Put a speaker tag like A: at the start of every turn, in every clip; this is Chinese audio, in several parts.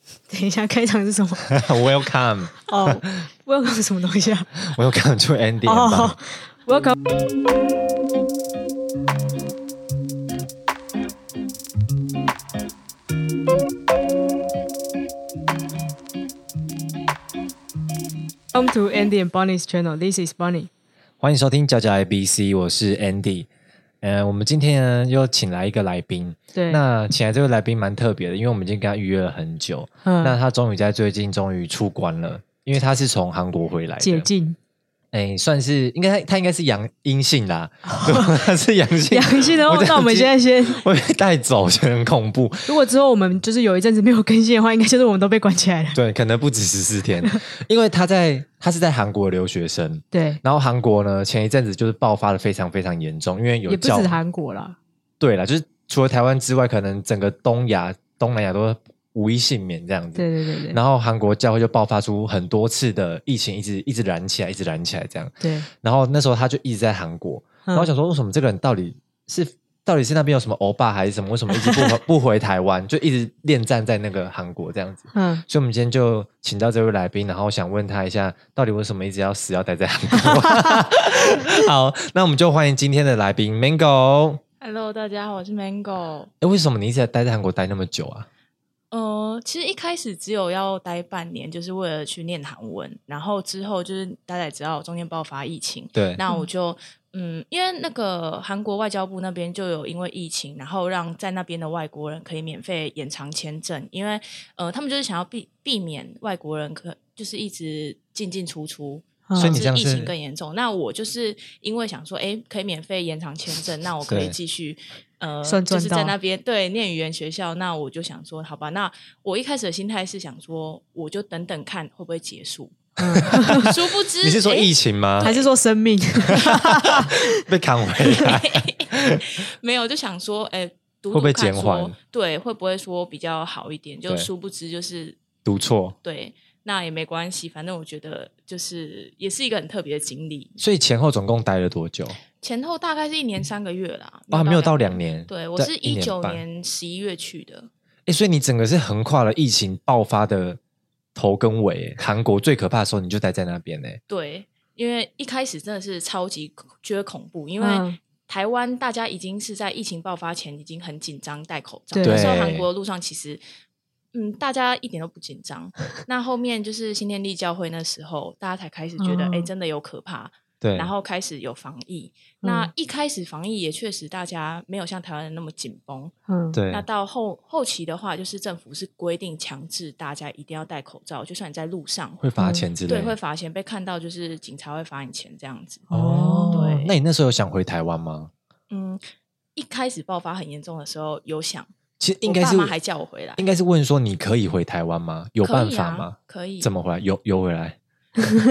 A: 等一下，开场是什 么？
B: Welcome，
A: 哦、w e l c o m e 是什么东西啊？
B: Welcome to Andy and
A: 哦
B: Bob、
A: ，Welcome，Welcome to Andy and Bonnie's channel. This is Bonnie.
B: 欢迎收听交交 ABC，我是 Andy。呃，我们今天呢又请来一个来宾，
A: 对，
B: 那请来这位来宾蛮特别的，因为我们已经跟他预约了很久，那
A: 嗯，
B: 他终于在最近终于出关了，因为他是从韩国回来
A: 解
B: 的，
A: 禁，
B: 哎，算是应该他应该是阳阴性啦，他 是阳性，
A: 哦阳性的话，那我们现在先，
B: 会被带走，觉得很恐怖。
A: 如果之后我们就是有一阵子没有更新的话，应该就是我们都被关起来了。
B: 对，可能不止十四 天，因为他在他是在韩国留学生，
A: 对，
B: 然后韩国呢，前一阵子就是爆发的非常非常严重，因为有
A: 也不
B: 教
A: 止韩国啦，
B: 对啦，就是除了台湾之外，可能整个东亚、东南亚都无一幸免这样子。
A: 对对对对，
B: 然后韩国教会就爆发出很多次的疫情，一直一直燃起来，一直燃起来这样。
A: 对。
B: 然后那时候他就一直在韩国，
A: 嗯
B: 然后我想说为什么这个人到底是到底是那边有什么欧巴还是什么？为什么一直不回 不回台湾，就一直恋战在那个韩国这样子？
A: 嗯，
B: 所以，我们今天就请到这位来宾，然后想问他一下，到底为什么一直要死要待在韩国？好，那我们就欢迎今天的来宾 Mango。
C: Hello，大家好，我是 Mango。
B: 哎，为什么你一直在待在韩国待那么久啊？
C: 呃，其实一开始只有要待半年，就是为了去念韩文，然后之后就是大家也知道中间爆发疫情，
B: 对，
C: 那我就嗯，因为那个韩国外交部那边就有因为疫情，然后让在那边的外国人可以免费延长签证，因为呃，他们就是想要避避免外国人可就是一直进进出出，
A: 嗯
B: 所以你
C: 就
B: 这样
C: 疫
B: 是
C: 情更严重。那我就是因为想说，哎，可以免费延长签证，那我可
B: 对
C: 以继续呃，
A: 算
C: 就
A: 赚
C: 是
A: 到
C: 在那边对念语言学校。那我就想说，好吧，那我一开始的心态是想说，我就等等看会不会结束。 殊不知，
B: 嗯你是说
C: 诶
B: 疫情吗？
A: 还是说生命？
B: 被扛回来？
C: 没有，就想说，哎、读
B: 会不会
C: 读看
B: 减
C: 说
B: 缓？
C: 对，会不会说比较好一点？就
B: 对
C: 殊不知就是
B: 读错，
C: 对，那也没关系，反正我觉得就是也是一个很特别的经历。
B: 所以前后总共待了多久？
C: 前后大概是一年三个月啦，
B: 啊，没有到两
C: 年。
B: 年。
C: 对，我
B: 在
C: 是
B: 一
C: 一九
B: 半。
C: 年十一月去的，
B: 哎，所以你整个是横跨了疫情爆发的头跟尾，韩国最可怕的时候你就待在那边呢。
C: 对，因为一开始真的是超级觉得恐怖，因为。
A: 嗯
C: 台湾大家已经是在疫情爆发前已经很紧张戴口罩，
A: 对
C: 那时候韩国路上其实，嗯，大家一点都不 紧张。那后面就是新天地教会那时候，大家才开始觉得，哎、
A: 嗯
C: 真的有可怕，
B: 对，
C: 然后开始有防疫。
A: 嗯
C: 那一开始防疫也确实大家没有像台湾人那么紧绷。
A: 嗯，
B: 对
C: 那到后后期的话，就是政府是规定强制大家一定要戴口罩，就算你在路上，
B: 会罚钱之类
C: 嗯对
B: 的。
C: 会罚钱，被看到就是警察会罚你钱这样子。
B: 哦，
C: 对
B: 那你那时候有想回台湾吗？
C: 嗯，一开始爆发很严重的时候，有想
B: 其实
C: 我
B: 应该
C: 爸
B: 是
C: 妈还叫我回来
B: 应该是问说你可以回台湾吗？有
C: 可以
B: 办法吗？
C: 啊？可以，
B: 怎么回来？游游回来？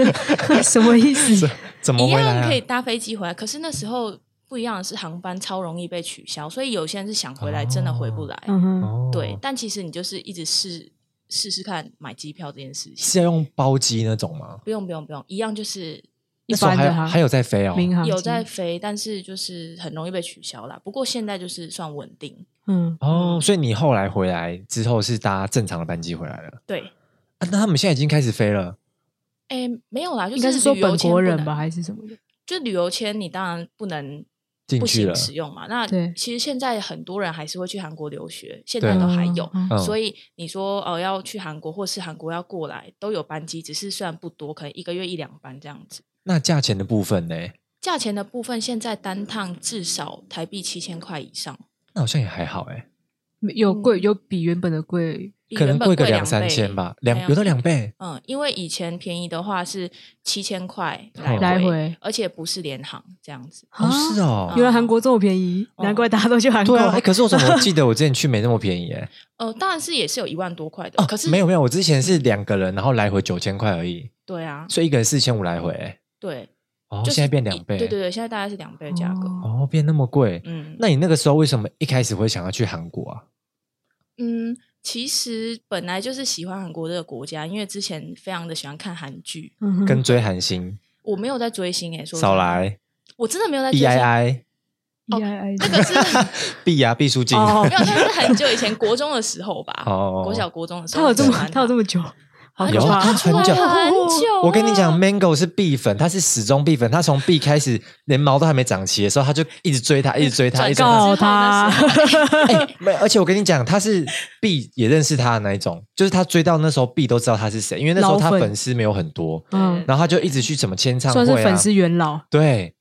A: 什么意思？
B: 怎么
C: 一
B: 回来、
C: 样
B: 啊？
C: 可以搭飞机回来？可是那时候不一样的是，航班超容易被取消，所以有些人是想回来，真的回不来。
A: 嗯哼，
B: 哦，
C: 对，，但其实你就是一直试试试看买机票这件事情，
B: 是要啊用包机那种吗？
C: 不用不用不用，一样就是
A: 一
B: 那时候
A: 般
B: 还
A: 的
B: 有
A: 哈，
B: 还有在飞哦，
A: 民航
C: 有
A: 机
C: 在飞，但是就是很容易被取消啦。不过现在就是算稳定，
A: 嗯，
B: 哦，所以你后来回来之后是搭正常的班机回来了。
C: 对。
B: 啊、那他们现在已经开始飞了，
C: 哎，没有啦，就
A: 应该是说
C: 旅游
A: 本
C: 签
A: 国
C: 不
A: 人
C: 能
A: 吧，还是什么的？
C: 就旅游签你当然不能
B: 进
C: 不
B: 去
C: 行
B: 了。
C: 使用嘛。那
A: 对
C: 其实现在很多人还是会去韩国留学，现
B: 对
C: 在都还有。
A: 嗯
B: 嗯
C: 所以你说哦、呃要去韩国，或是韩国要过来，都有班机，只是虽然不多，可能一个月一两班这样子。
B: 那价钱的部分呢？
C: 价钱的部分，现在单趟至少台币七千块以上，
B: 那好像也还好哎，
A: 嗯有
C: 嗯
A: 贵，有比原本的贵，
C: 比
B: 可能
C: 原本
B: 贵个
C: 两
B: 两三
C: 倍
B: 千吧，
C: 没
B: 两有到两倍。
C: 嗯，因为以前便宜的话是七千块
B: 哦
C: 来
A: 来
C: 回，
A: 回
C: 而且不是联航这样子。
B: 哦，是哦，
A: 原来韩国这么便宜，
C: 啊哦
A: 难怪大家都去韩国
B: 对。啊。哎可是我怎 么记得我之前去没那么便宜哎？
C: 呃，当然是也是有一万多块的，
B: 哦，
C: 可是
B: 没有没有，我之前是两个人，然后来回九千块而已，
C: 对啊，
B: 所以一个人四千五来回欸。
C: 对，
B: 哦，
C: 就是
B: 现在变
C: 一
B: 两倍，
C: 对对对，现在大概是两倍的啊价格。
A: 哦
B: 哦，变那么贵。
C: 嗯
B: 那你那个时候为什么一开始会想要去韩国啊？
C: 嗯，其实本来就是喜欢韩国这个国家，因为之前非常的喜欢看韩剧，
A: 嗯哼
B: 跟追韩星
C: 我没有在追星诶、说
B: 少
C: 真的，
B: 来
C: 我真的没有在追
B: E
C: 星。
B: I I
C: 哦
D: E I I
C: 那个是
B: 必牙必输精。
A: 哦
C: 没，有，那是很久以前国中的时候吧，
B: 哦
C: 国小国中的时
A: 他
C: 候，
A: 有这
C: 喜
A: 么
C: 欢
A: 他有这么久，好可
B: 有
A: 怕
B: 他。
C: 出来
B: 很久
C: 哦很久，
B: 我跟你讲，，Mango 是 B 粉，他是始终 B 粉，他从 B 开始 连毛都还没长齐的时候，他就一直追他，一直 追他，一直追他。
A: 告他
C: 转告的时候
B: 哎没有而且我跟你讲，他是 B 也认识他的那一种，就是他追到那时候 B 都知道他是谁，因为那时候他
A: 老粉
B: 粉丝没有很多，
A: 嗯，
B: 然后他就一直去什么签唱会
A: 算
B: 啊，
A: 是粉丝元老。
B: 对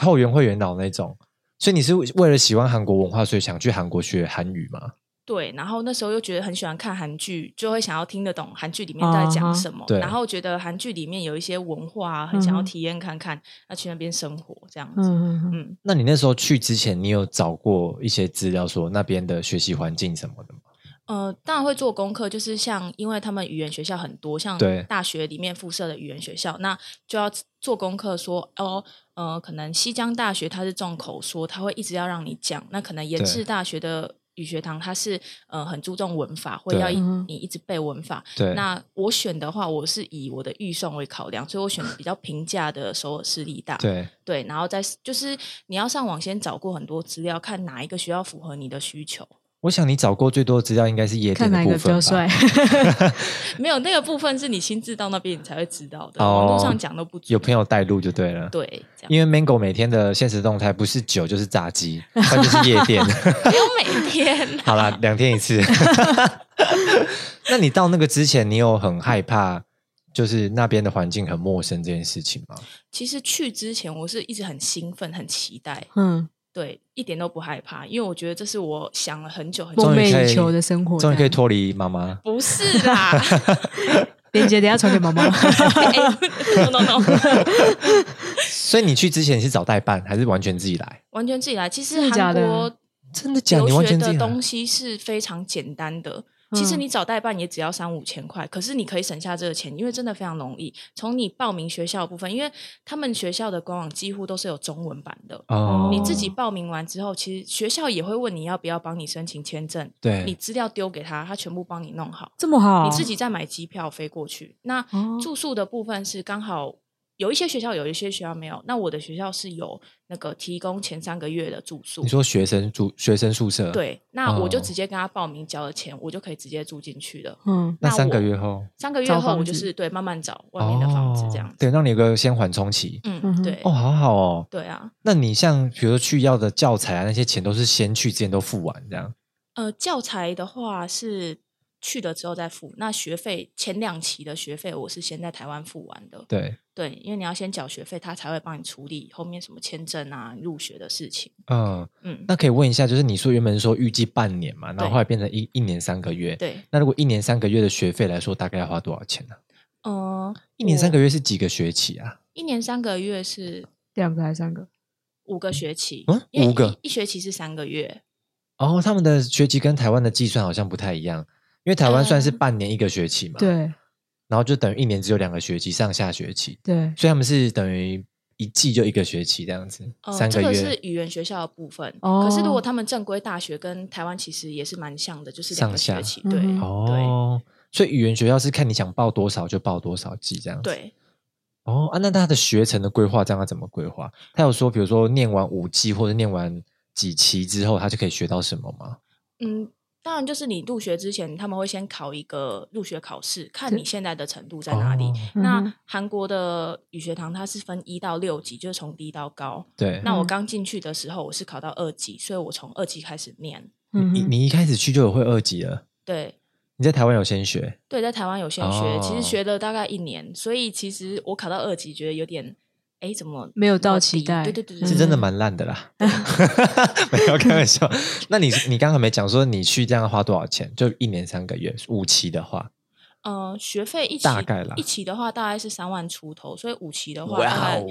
B: 后援会元老那种。所以你是为了喜欢韩国文化，所以想去韩国学韩语吗？
C: 对，然后那时候又觉得很喜欢看韩剧，就会想要听得懂韩剧里面在
A: 啊哈
C: 讲什么，
B: 对
C: 然后觉得韩剧里面有一些文化啊，很想要
A: 嗯哼
C: 体验看看，要去那边生活这样
A: 嗯
C: 子。
A: 嗯嗯，
C: 嗯，
B: 那你那时候去之前，你有找过一些资料说那边的学习环境什么的吗？
C: 呃，当然会做功课，就是像因为他们语言学校很多，像
B: 对
C: 大学里面附设的语言学校，那就要做功课说哦，呃，可能西江大学它是重口说，它会一直要让你讲，那可能延
B: 对
C: 世大学的语学堂它是呃很注重文法，会
B: 对
C: 要一
A: 嗯哼
C: 你一直背文法，
B: 对，
C: 那我选的话，我是以我的预算为考量，所以我选比较平价的首尔市立大。
B: 对
C: 对然后再就是你要上网先找过很多资料，看哪一个学校符合你的需求。
B: 我想你找过最多的资料应该是夜
A: 看
B: 店的
A: 哪一
B: 部
A: 个比
B: 分
A: 较
B: 吧
A: 帅。
C: 没有那个部分是你亲自到那边你才会知道的，
B: 哦
C: 网络上讲都不足
B: 有朋友带路就对了。
C: 对这样，
B: 因为 Mango 每天的现实动态不是酒就是炸鸡，那就是夜店。
C: 没有每天
B: 好啦，两天一次。 那你到那个之前，你有很害怕，就是那边的环境很陌生这件事情吗？
C: 其实去之前我是一直很兴奋、很期待，
A: 嗯，
C: 对，一点都不害怕，因为我觉得这是我想了很久很久
A: 梦
B: 终于可
A: 寐
B: 以
A: 以求的生活，
B: 终于可以
A: 这样
B: 脱离妈妈。
C: 不是 啦
A: 连接，等一下传给妈妈。
C: 哎，no no no，
B: 所以你去之前是找代办，还是完全自己来？
C: 完全自己来。其实
A: 真的假
C: 韩
A: 的
C: 国
B: 真的假的？
C: 留
B: 你完
C: 学
B: 全自
C: 的
B: 己来？
C: 东西是非常简单的。其实
A: 嗯
C: 你找代办也只要三五千块，可是你可以省下这个钱，因为真的非常容易。从你报名学校的部分，因为他们学校的官网几乎都是有中文版的。
B: 哦
C: 你自己报名完之后，其实学校也会问你要不要帮你申请签证，
B: 对哦
C: 你资料丢给他，他全部帮你弄好，
A: 这么好，
C: 你自己再买机票飞过去。那
A: 哦
C: 住宿的部分是刚好有一些学校有，一些学校没有。那我的学校是有那个提供前三个月的住宿
B: 你，说学生住学生宿舍，，
C: 对，那我就
B: 哦
C: 直接跟他报名交了钱，我就可以直接住进去了。
A: 嗯
B: 那
C: 那
B: 三个
C: 我
B: 月后，
C: 三个月
A: 找
C: 后，我
A: 房
C: 就
A: 子
C: 是对慢慢找外面的房子这样
B: 哦
C: 子。
B: 对，让你有个先缓冲期。
A: 嗯
C: 嗯，
A: 哼
C: 对
B: 哦，，好好哦。
C: 对啊，
B: 那你像比如说去要的教材啊，那些钱都是先去之前都付完这样。
C: 呃，教材的话是去了之后再付，那学费前两期的学费我是先在台湾付完的。
B: 对，
C: 对，因为你要先缴学费，他才会帮你处理后面什么签证啊、入学的事情。
B: 嗯，
C: 嗯，
B: 那可以问一下，就是你说原本说预计半年嘛，然后
C: 对
B: 后来变成一一年三个月。
C: 对，
B: 那如果一年三个月的学费来说，大概要花多少钱呢、
C: 呃，
B: 一年三
C: 我
B: 个月是几个学期啊？
C: 一年三个月是
A: 两个还是三个？
C: 五个学期，
B: 嗯
C: 因为
B: 五个
C: 一一学期是三个月，
B: 哦，他们的学期跟台湾的计算好像不太一样，因为台湾算是
C: 嗯
B: 半年一个学期嘛，，
A: 对
B: 然后就等于一年只有两个学期，上下学期，
A: 对，
B: 所以他们是等于一季就一个学期这样子，
C: 呃，
B: 三
C: 这
B: 个月。
C: 个是语言学校的部分。可是如
A: 哦
C: 果他们正规大学跟台湾其实也是蛮像的，就是
B: 上
C: 两个
B: 下
C: 学期，对、
A: 嗯哼
B: 哦，所以语言学校是看你想报多少就报多少季这样子。
C: 对。对，
B: 哦啊，那他的学程的规划这样要怎么规划？他有说，比如说念完五季或者念完几期之后，他就可以学到什么吗？
C: 嗯，当然就是你入学之前，他们会先考一个入学考试，看
A: 是
C: 你现在的程度在哪里。
B: 哦
A: 嗯哼
C: 那韩国的语学堂它是分一到六级，就是从低到高。
B: 对，
C: 那我
A: 嗯
C: 刚进去的时候，我是考到二级，所以我从二级开始念。
A: 嗯
B: 你
A: 哼
B: 你一开始去就有会二级了。
C: 对
B: 你在台湾有先学，
C: 对，在台湾有先学，
B: 哦
C: 其实学了大概一年，所以其实我考到二级，觉得有点，哎，怎么
A: 没有
C: 那么
A: 到期
C: 低
A: 待
C: 对对对对，
B: 是
C: 对
B: 真
A: 嗯
B: 的蛮烂的啦。 没有开玩笑。那你你刚刚没讲说你去这样要花多少钱？就一年三个月，五期的话，
C: 呃，学费一期
B: 大概啦
C: 一期的话大概是三万出头，所以五期的话大概
B: 哦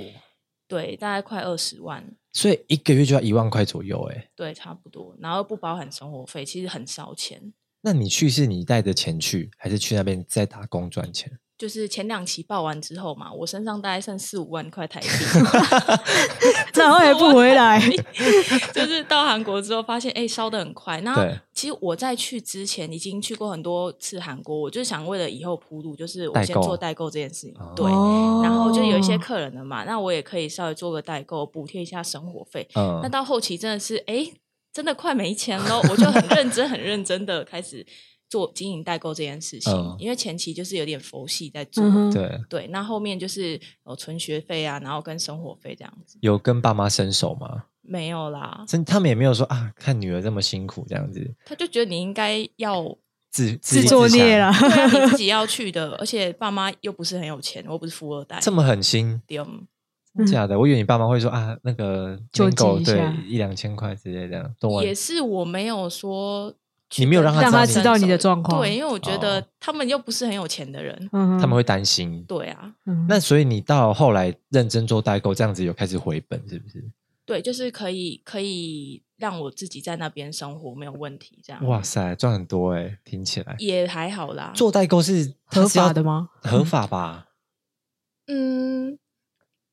C: 对，大概快二十万，
B: 所以一个月就要一万块左右。哎，
C: 对，差不多。然后不包含生活费，其实很烧钱。
B: 那你去是你带着钱去，还是去那边再打工赚钱？
C: 就是前两期报完之后嘛，我身上大概剩四五万块台币，
A: 然后也不回来。
C: 就是到韩国之后发现，哎、烧的很快。
B: 对
C: 那其实我在去之前已经去过很多次韩国，我就是想为了以后铺路，就是我
B: 代
C: 先
B: 购
C: 做代购这件事情
B: 哦。
C: 对，然后就有一些客人的嘛，那我也可以稍微做个代购，补贴一下生活费。
B: 嗯
C: 那到后期真的是，哎、真的快没钱喽， 我就很认真、很认真的开始做经营代购这件事情，
B: 嗯
C: 因为前期就是有点佛系在做。
A: 嗯哼，
B: 对，
C: 对，那后面就是呃存学费啊，然后跟生活费这样子，
B: 有跟爸妈伸手吗？
C: 没有啦。
B: 真他们也没有说啊，看女儿这么辛苦这样子，
C: 他就觉得你应该 要
B: 自自
A: 自
B: 立
A: 作
B: 自
A: 孽
B: 强
A: 啦，
C: 对啊你自己要去的，而且爸妈又不是很有钱，我不是富二代，
B: 这么狠心，
C: 丢
A: 嗯
B: 假的？我以为你爸妈会说啊，那个
A: 救济
B: 狗
A: 一
B: 对
A: 下
B: 一两千块之类这样，懂我
C: 也是我没有说
B: 啊
C: 去
B: 你没有让他知
C: 跟
B: 道
C: 们
B: 你
A: 知道你的状况
C: 对，因为我觉
B: 哦
C: 得他们又不是很有钱的人，
A: 嗯
B: 他们会担心。
C: 对啊，
B: 那所以你到后来认真做代购，这样子有开始回本，是不是？
C: 对，就是可以可以让我自己在那边生活没有问题，这样
B: 哇塞，赚很多哎、听起来
C: 也还好啦。
B: 做代购是
A: 合法的？吗？
B: 它 是要合法吧？
C: 嗯，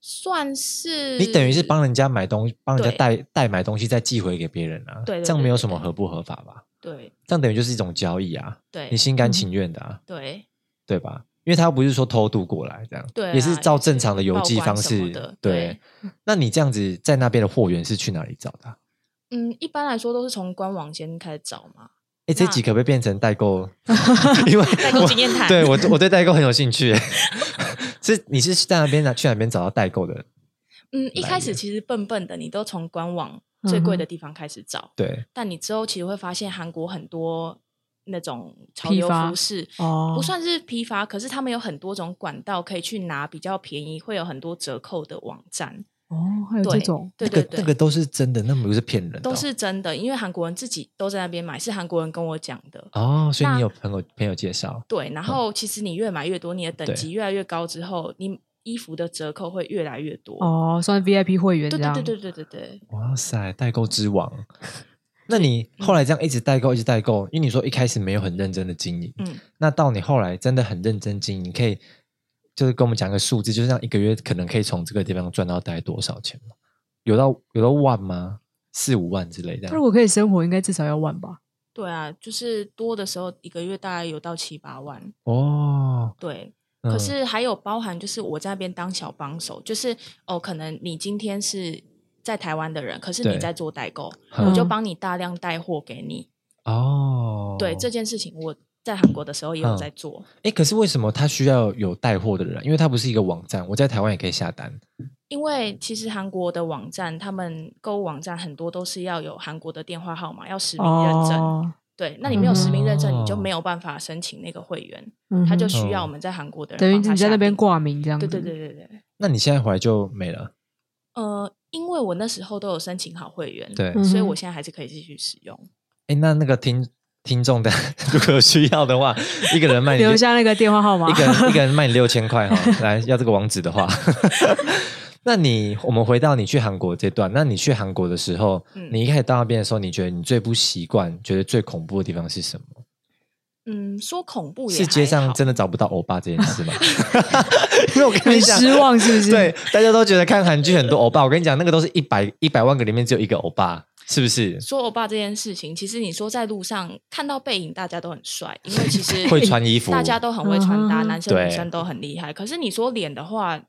C: 算嗯是
B: 你等于是帮人家买东西，帮人家
C: 对
B: 代代买东西，再寄回给别人啊。
C: 对对
B: 这样没有
C: 对对
B: 什么
C: 对
B: 合不合法吧？
C: 对
B: 这样等于就是一种交易啊，你
C: 对嗯
B: 心甘情愿的啊，
C: 对
B: 对吧？因为他又不是说偷渡过来这样，
C: 对啊
B: 也是照正常的邮寄方
C: 也是报
B: 式
C: 关什么的
B: 对，那你这样子在那边的货源是去哪里找的啊、
C: 嗯，一般来说都是从官网先开始找嘛，
B: 哎，这
C: 那
B: 集可不可以变成代 购？因为
C: 代购
B: 我
C: 经验谈
B: 对我我对代购很有兴趣。 是你是在那边哪去哪边找到代购的？
C: 嗯，一
B: 来
C: 开始
B: 源嗯
C: 其实笨笨的，你都从官网最贵的地方开始找，
B: 对，
C: 但你之后其实会发现韩国很多那种潮
A: 批
C: 流
A: 发
C: 服饰。
A: 哦，
C: 不算是批发，可是他们有很多种管道可以去拿比较便宜，会有很多折扣的网站。
A: 哦，还有这
C: 对
A: 种，
C: 对
B: 那
C: 对
B: 个
C: 对，
B: 那个都是真的，那不是骗人的哦，
C: 都是真的，因为韩国人自己都在那边买，是韩国人跟我讲的。
B: 哦。所以你
C: 那
B: 有朋友朋友介绍，
C: 对，然后其实你越买越多，你的等级越来越高之后，你衣服的折扣会越来越多。
A: 哦，算 VIP 会员这
C: 对对
A: 样，
C: 对对对对对，
B: 哇塞，代购之王。那你后来这样一直代购，一直代购，因为你说一开始没有很认真的经营，
C: 嗯，
B: 那到你后来真的很认真经营，你可以就是跟我们讲个数字，就是这样一个月可能可以从这个地方赚到大概多少钱吗？有到有到万吗？四五万之类啊这
A: 他如
B: 样。
A: 果可以生活，应该至少要万吧？
C: 对啊，就是多的时候一个月大概有到七八万。
B: 哦，
C: 对，
B: 嗯
C: 可是还有包含，就是我在那边当小帮手，就是哦，可能你今天是在台湾的人，可是
B: 对
C: 你在做代购，
B: 嗯
C: 我就帮你大量带货给你。
B: 哦，
C: 对这件事情，我在韩国的时候也有在做，
B: 哎，可是为什么他需要有带货的人？因为他不是一个网站，我在台湾也可以下单。
C: 因为其实韩国的网站，他们购物网站很多都是要有韩国的电话号码，要实名认证。
A: 哦，
C: 对，那你没有实名认证，
B: 哦
C: 你就没有办法申请那个会员，
A: 嗯
C: 他
A: 哼
C: 就需
B: 嗯
C: 要我们在韩国的人
A: 等于
C: 帮他
A: 你在
C: 下
A: 那边
C: 定。
A: 挂嗯名这样
C: 对
A: 子，
C: 对对对对，
B: 那你现在回来就没了，
C: 呃，因为我那时候都有申请好会员，
B: 对。
A: 嗯
C: 所以
A: 哼
C: 我现在还是可以继续使用。
B: 哎，那那个听听众的， 如果有需要的话，一个人卖你
A: 留
B: 就
A: 下那个电话号码
B: 一， 个人一个人卖你六千块哈，来要这个网址的话， 那你我们回到你去韩国这段，那你去韩国的时候，
C: 嗯
B: 你一开始到那边的时候，你觉得你最不习惯，觉得最恐怖的地方是什么？
C: 嗯，说恐怖也
B: 是街
C: 还
B: 上
C: 好
B: 真的找不到欧巴这 件事吗？因为我跟
A: 很
B: 你讲，
A: 失望是不是？
B: 对，大家都觉得看韩剧很多欧巴，我跟你讲，那个都是一百一百万个里面只有一个欧巴，是不是？
C: 说欧巴这件事情，其实你说在路上看到背影，大家都很帅，因为其实
B: 会穿衣服
C: 大家都很会穿搭，
A: 嗯
C: 男生女
B: 对
C: 生都很厉害。可是你说脸的话，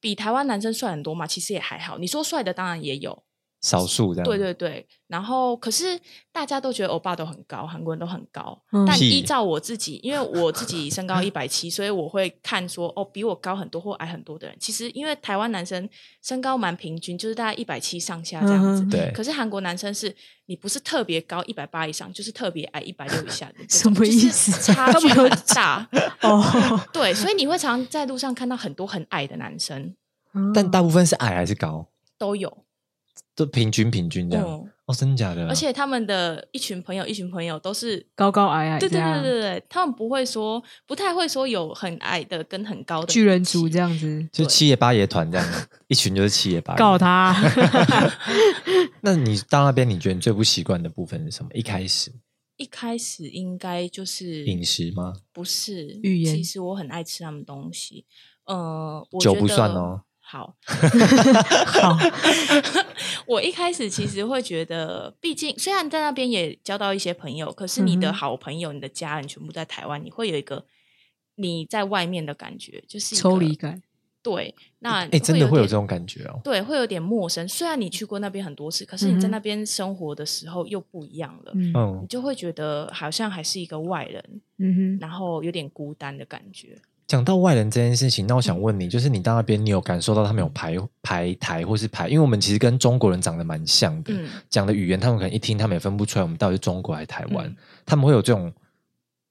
C: 比台湾男生帅很多嘛，其实也还好。你说帅的当然也有，
B: 少数这样。
C: 对对对。然后可是大家都觉得欧巴都很高，韩国人都很高，
A: 嗯
C: 但
B: 屁
C: 依照我自己，因为我自己身高一 百七，所以我会看说哦，比我高很多或矮很多的人，其实因为台湾男生身高蛮平均，就是大概一百七上下这样子。
A: 嗯哼
B: 对
C: 可是韩国男生是你不是特别高一百八以上，就是特别矮一百六以下的 这种，
A: 什么
C: 就是
A: 意思
C: 差距很大。
A: 哦，
C: 对，所以你会常在路上看到很多很矮的男生
B: 但大部分是矮还是高？
C: 都有，
B: 都平均平均这样。
C: 嗯，
B: 哦，真的假的？
C: 而且他们的一群朋友，一群朋友都是。
A: 高高矮矮，
C: 对对对对，对，他们不会说，不太会说有很矮的跟很高的
A: 巨人
C: 比
A: 族
C: 起
A: 这样子
B: 就七爷八爷团这样，一群就是七爷八爷。
A: 告 他，
B: 那你到那边，你觉得你最不习惯的部分是什么？一开始
C: 一开始应该就是
B: 饮食吗？
C: 不是
A: 语言
C: 其实我很爱吃他们东西，呃，我
B: 酒
C: 觉
B: 不
C: 得
B: 算哦。
C: 好，
A: 好，
C: 我一开始其实会觉得，毕竟虽然在那边也交到一些朋友，可是你
A: 嗯
C: 的
A: 哼
C: 好朋友、你的家人全部在台湾，你会有一个你在外面的感觉，就是一个
A: 抽离。感，
C: 对，那
B: 哎，真的会有
C: 嗯点
B: 这种感觉哦。
C: 对，会有点陌生。虽然你去过那边很多次，可是你
A: 嗯
C: 在
A: 哼
C: 那边生活的时候又不一样了，
A: 嗯
B: 嗯
C: 你，就会觉得好像还是一个外人，
A: 嗯哼，
C: 然后有点孤单的感觉。
B: 讲到外人这件事情，那我想问你，就是你到那边，你有感受到他们有排排台或是排？因为我们其实跟中国人长得蛮像的，
C: 嗯，
B: 讲的语言他们可能一听，他们也分不出来我们到底是中国还是台湾。
C: 嗯
B: 他们会有这种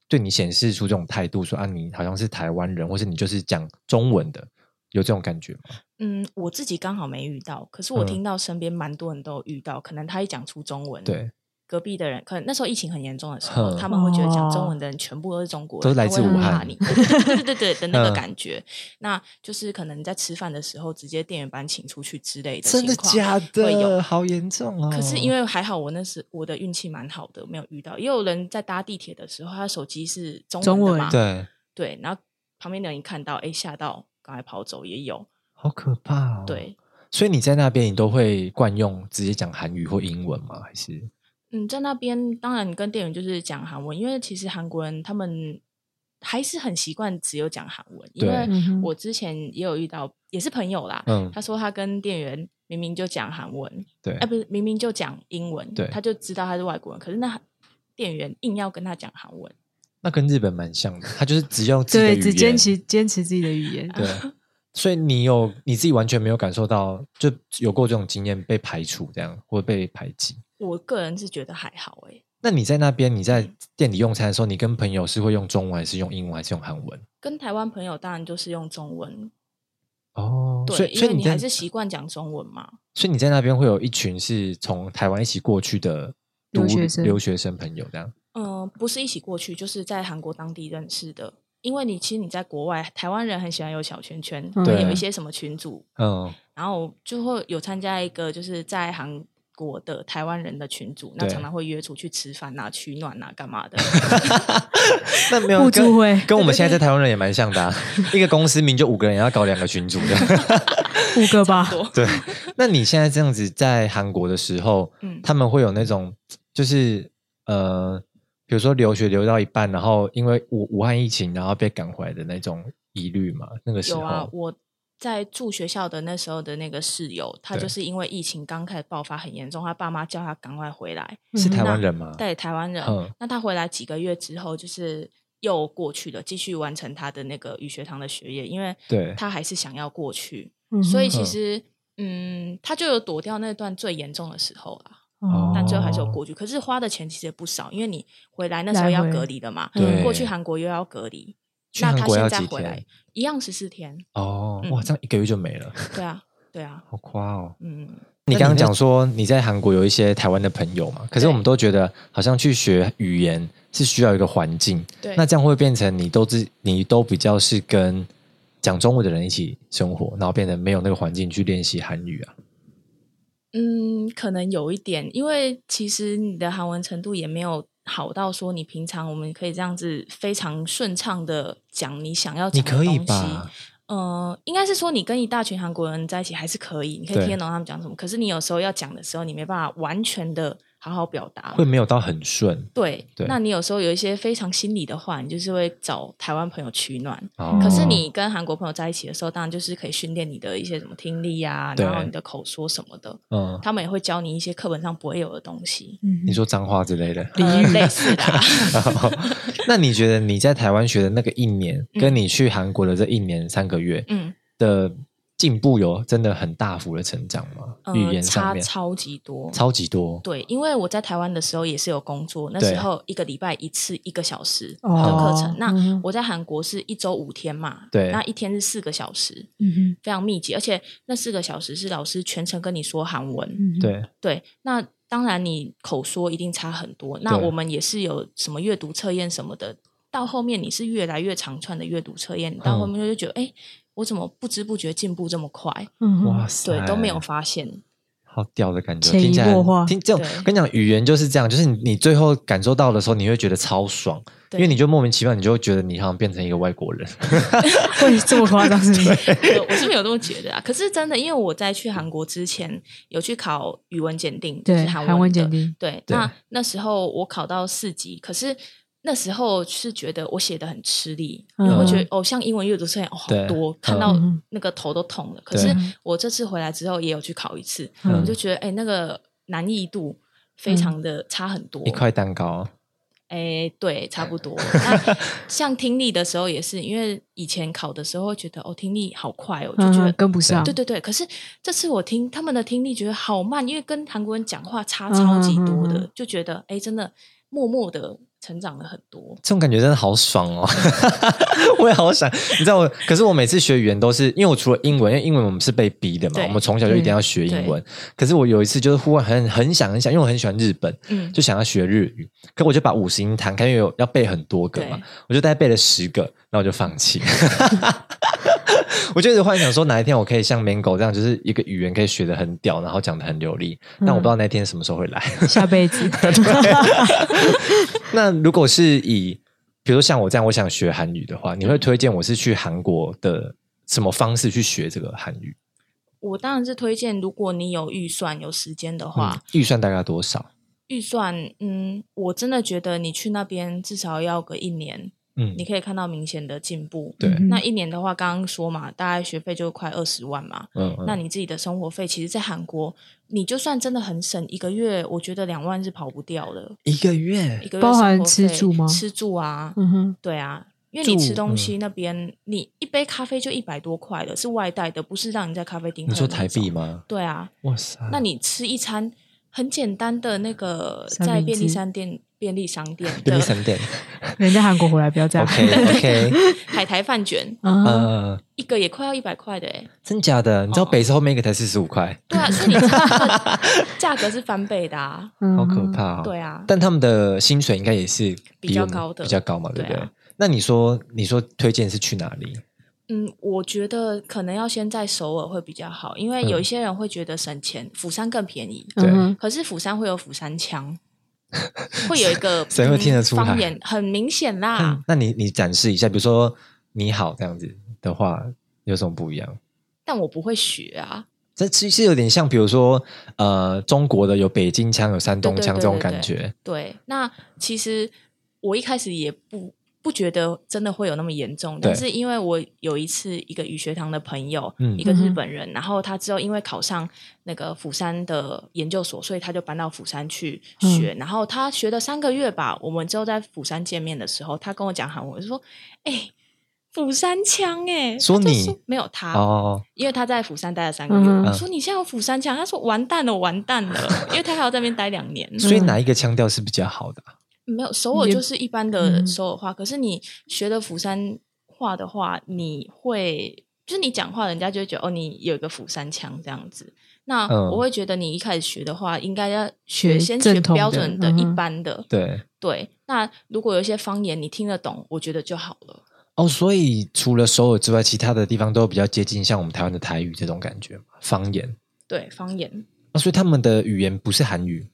B: 对你显示出这种态度，说啊，你好像是台湾人，或是你就是讲中文的，有这种感觉吗？
C: 嗯，我自己刚好没遇到，可是我
B: 嗯
C: 听到身边蛮多人都有遇到，可能他一讲出中文，
B: 对，
C: 隔壁的人，可能那时候疫情很严重的时候，
B: 哼
C: 他们会觉得讲
A: 哦
C: 中文的人全部都是中国人，
B: 都是来
C: 他
B: 自
C: 会
A: 武
C: 很怕
B: 汉
C: 你对对对对对的那个
B: 嗯
C: 感觉。那就是可能你在吃饭的时候，直接店员把你请出去之类的
B: 真的
C: 情况
B: 假
C: 会有
B: 的？好严重哦！
C: 可是因
B: 为
C: 为还好，我那时我的运气蛮好的，没有遇到。也有人在搭地铁的时候，他手机是中
A: 中
C: 文的
A: 文
C: 嘛？
B: 对，
C: 对，然后旁边的人一看到，哎，吓到，赶快跑走也有。
B: 好可怕哦。，
C: 对，
B: 所以你在那边，你都会惯用直接讲韩语或英文吗？还是
C: 嗯，在那边当然跟店员就是讲韩文，因为其实韩国人他们还是很习惯只有讲韩文，因
B: 对
C: 为
A: 嗯哼
C: 我之前也有遇到，也是朋友啦，
B: 嗯，
C: 他说他跟店员明明就讲韩文，
B: 对
C: 哎、，不是明明就讲英文，
B: 对
C: 他就知道他是外国人，可是那店员硬要跟他讲韩文，
B: 那跟日本蛮像的，他就是只用自己的
A: 对，
B: 语
A: 只坚
B: 言
A: 持坚持自己的语言，
B: 对，所以你有你自己完全没有感受到，就有过这种经验被排除这样，或被排挤。
C: 我个人是觉得还好哎、
B: 那你在那边你在
C: 嗯
B: 店里用餐的时候，你跟朋友是会用中文还是用英文还是用韩文？
C: 跟台湾朋友当然就是用中文，
B: 哦，所
C: 对，
B: 以
C: 因
B: 所以
C: 为
B: 你
C: 你
B: 在
C: 还是习惯讲中文嘛。
B: 所以你在那边会有一群是从台湾一起过去的
A: 留
B: 独
A: 学生
B: 留学生朋友这样。
C: 嗯、不是一起过去，就是在韩国当地认识的。因为你其实你在国外，台湾人很喜欢有小圈圈，
A: 嗯
C: 会有
B: 对
C: 一些什么群组，
B: 嗯，
C: 然后就会有参加一个就是在韩国的台湾人的群组，那
B: 对
C: 常常会约出去吃饭啊、取暖啊、干 嘛的。
B: 那没有
A: 互
B: 跟
A: 助会
B: 跟我们现在在台湾人也蛮像的、啊，一个公司名就五个人，要搞两个群组的。
A: 五个 吧，
C: 多
B: 对，那你现在这样子在韩国的时候，
C: 嗯
B: 他们会有那种就是呃，比如说留学留到一半，然后因为武武汉疫情，然后被赶回来的那种疑虑嘛？那个时
C: 有
B: 候，
C: 啊，我在住学校的那时候的那个室友，他
B: 对
C: 就是因为疫情刚开始爆发很严重，他爸妈叫他赶快回来，
A: 嗯
B: 是
A: 哼
B: 台湾人吗？
C: 对台湾人。
B: 嗯
C: 那他回来几个月之后，就是又过去了，继续完成他的那个语学堂的学业，因为
B: 对
C: 他还是想要过去，
A: 嗯哼
C: 所以
B: 嗯
C: 其实嗯，他就有躲掉那段最严重的时候啦。
A: 哦
C: 但最后还是有
B: 哦
C: 过去。可是花的钱其实也不少，因为你回来那时候
A: 来
C: 要
A: 回
C: 隔离的嘛，
B: 对
C: 过去韩国又要隔离，
B: 去
C: 那
B: 韩
C: 他
B: 国要
C: 现在
B: 几
C: 回来
B: 天？
C: 一样十四天，
B: 哦，
C: 嗯
B: 哇，这样一个月就没了，
C: 对啊，对啊，
B: 好夸哦！
C: 嗯，
B: 你刚刚讲说你在韩国有一些台湾的朋友嘛，可是
C: 对
B: 我们都觉得好像去学语言是需要一个环境，
C: 对。
B: 那这样会变成你都自你都比较是跟讲中文的人一起生活，然后变成没有那个环境去练习韩语啊？
C: 嗯，可能有一点，因为其实你的韩文程度也没有好到说你平常我们可以这样子非常顺畅的讲你想要
B: 你
C: 讲的
B: 可以
C: 东西。
B: 吧？
C: 呃，应该是说你跟一大群韩国人在一起还是可以，你可以
B: 对
C: 听得懂他们讲什么。可是你有时候要讲的时候，你没办法完全的好好表达，
B: 会没有到很顺
C: 对，
B: 对
C: 那你有时候有一些非常心里的话，你就是会找台湾朋友取暖。
B: 哦
C: 可是你跟韩国朋友在一起的时候，当然就是可以训练你的一些什么听力啊，
B: 对
C: 然后你的口说什么的，
B: 嗯，
C: 他们也会教你一些课本上不会有的东西，
A: 嗯哼
B: 你说脏话之类的。
C: 呃、类似的、啊。
B: 那你觉得你在台湾学的那个一年，
C: 嗯
B: 跟你去韩国的这一年三个月
C: 嗯，
B: 的进步，有真的很大幅的成长吗？语
C: 呃，
B: 言上
C: 差
B: 面
C: 超级多。
B: 超级多，
C: 对，因为我在台湾的时候也是有工作，那
B: 对
C: 时候一个礼拜一次一个小时的
A: 哦
C: 课程。
A: 嗯
C: 那
A: 哼
C: 我在韩国是一周五天嘛，
B: 对
C: 那一天是四个小时，
A: 嗯哼
C: 非常密集，而且那四个小时是老师全程跟你说韩文，
A: 嗯哼，
B: 对，
C: 对，那当然你口说一定差很多。那
B: 对
C: 我们也是有什么阅读测验什么的，到后面你是越来越长串的阅读测验，你到后面就觉得，哎、我怎么不知不觉进步这么快？
A: 嗯哼
B: 哇塞，
C: 对，都没有发现。
B: 好屌的感觉，
A: 潜移
B: 听起来
A: 默化
B: 听这种
C: 对
B: 跟你讲，语言就是这样，就是你你最后感受到的时候，你会觉得超爽，因
C: 对
B: 为你就莫名其妙，你就会觉得你好像变成一个外国人。
A: 会这么夸张是不是？
C: 有我是没有这么觉得啊。可是真的，因为我在去韩国之前有去考语文检定，就是
A: 对，
C: 韩
A: 韩文
C: 的
A: 检定，
C: 对，
B: 对
C: 那那时候我考到四级，可是那时候是觉得我写的很吃力，因为我觉得哦，像英文阅读测验哦好
B: 嗯对
C: 多
B: 嗯，
C: 看到
A: 嗯
C: 那个头都痛了。可
B: 对
C: 是我这次回来之后也有去考一次，
B: 嗯
C: 我就觉得哎，那个难易度非常的差很多
B: 一。块蛋糕，
C: 哎，对，差不多。 那像听力的时候也是，因为以前考的时候会觉得哦，听力好快哦，就觉
A: 嗯，
C: 得
A: 跟不上，
C: 对对对，可是这次我听他们的听力觉得好慢，因为跟韩国人讲话差超级多的，
A: 嗯嗯嗯嗯
C: 就觉得哎，真的默默的成长了很多。
B: 这种感觉真的好爽哦！ 我也好想，你知道我，可是我每次学语言都是因为我除了英文，因为英文我们是被逼的嘛，
C: 对
B: 我们从小就一定
A: 嗯
B: 要学英文。可是我有一次就是忽然很很想很想，因为我很喜欢日本，
C: 嗯，
B: 就想要学日语，可我就把五十音弹开，因为有要背很多个嘛
C: 对，
B: 我就大概背了十个，然后我就放弃。 我就一直幻想说，哪一天我可以像 Mango 这样，就是一个语言可以学得很屌，然后讲得很流利。
C: 嗯
B: 但我不知道那一天什么时候会来。
A: 下辈子
B: 那如果是以，比如说像我这样，我想学韩语的话，你会推荐我是去韩国的什么方式去学这个韩语？
C: 我当然是推荐，如果你有预算、有时间的话，
B: 嗯，预算大概多少？
C: 预算，嗯，我真的觉得你去那边至少要个一年，
B: 嗯
C: 你，可以看到明显的进步。
B: 对
A: 嗯
C: 那一年的话，刚刚说嘛，大概学费就快二十万嘛。
B: 嗯嗯
C: 那你自己的生活费，其实，在韩国，你就算真的很省，一个月我觉得两万是跑不掉的。
B: 一个月
C: 一个月
A: 包
C: 生
A: 含
C: 活
A: 吃
C: 费
A: 住吗
C: 吃住啊，
A: 嗯哼，
C: 对啊，因为你吃
B: 住嗯
C: 东西那边，你一杯咖啡就一百多块了，是外带的，不是让你在咖啡厅。
B: 你说台币？嗯吗？
C: 对啊，
B: 哇塞，
C: 那你吃一餐很简单的那个，
A: 三
C: 在
A: 明
C: 便利
A: 治
C: 商店、便利商店
B: 便利
C: 的
B: 商店
A: 人家韩国回来不要这样，
B: ，OK OK，
C: 海苔饭卷，
A: 啊，
B: 呃，
C: 一个也快要一百块的哎、欸。
B: 真假的？你知道
C: 哦
B: 北市后面一个才四十五块，
C: 对啊，所以你这个价格是翻倍的啊。
A: 嗯
B: 好可，怕哦。
C: 对啊，
B: 但他们的薪水应该也是
C: 比较
B: 我们
C: 高的
B: 比较高嘛，对不
C: 对
B: 对
C: 啊？
B: 那你说，你说推荐是去哪里？
C: 嗯，我觉得可能要先在首尔会比较好，
B: 嗯
C: 因为有一些人会觉得省钱，釜山更便宜。
A: 嗯哼
C: 可是釜山会有釜山腔，会有一个
B: 谁会听得出来
C: 嗯方言，很明显啦
B: 嗯。那你你展示一下，比如说你好这样子的话，有什么不一样？
C: 但我不会学啊，
B: 这其实有点像，比如说呃，中国的有北京腔、有山东腔
C: 对对对
B: 这种感觉。
C: 对。那其实我一开始也不不觉得真的会有那么严重，
B: 对
C: 但是因为我有一次一个语学堂的朋友，
B: 嗯
C: 一个日本人，然后他之后因为考上那个釜山的研究所，所以他就搬到釜山去学。然后他学了三个月吧，我们之后在釜山见面的时候，他跟我讲韩文，我就说：“哎、釜山腔哎、欸。”
B: 说
C: 他就
B: 你
C: 没有他
B: 哦，
C: 因为他在釜山待了三个月，
A: 嗯
B: 嗯
C: 我说你现在有釜山腔，他说完蛋了，完蛋了，因为他还要在那边待两年。
B: 所以哪一个腔调是比较好的啊？
C: 没有首尔
A: 也
C: 就是一般的
A: 嗯
C: 首尔话，可是你学了釜山话的话，你会就是你讲话，人家就会觉得哦，你有一个釜山腔这样子。那
B: 嗯
C: 我会觉得你一开始学的话，应该要
A: 学
C: 先
A: 正
C: 学
A: 统
C: 标
A: 的
C: 准的、
A: 嗯
C: 一
A: 哼
C: 般的。
B: 对
C: 对，那如果有一些方言你听得懂，我觉得就好了。
B: 哦，所以除了首尔之外，其他的地方都比较接近像我们台湾的台语这种感觉嘛，方言。
C: 对，方言，
B: 哦、所以他们的语言不是韩语，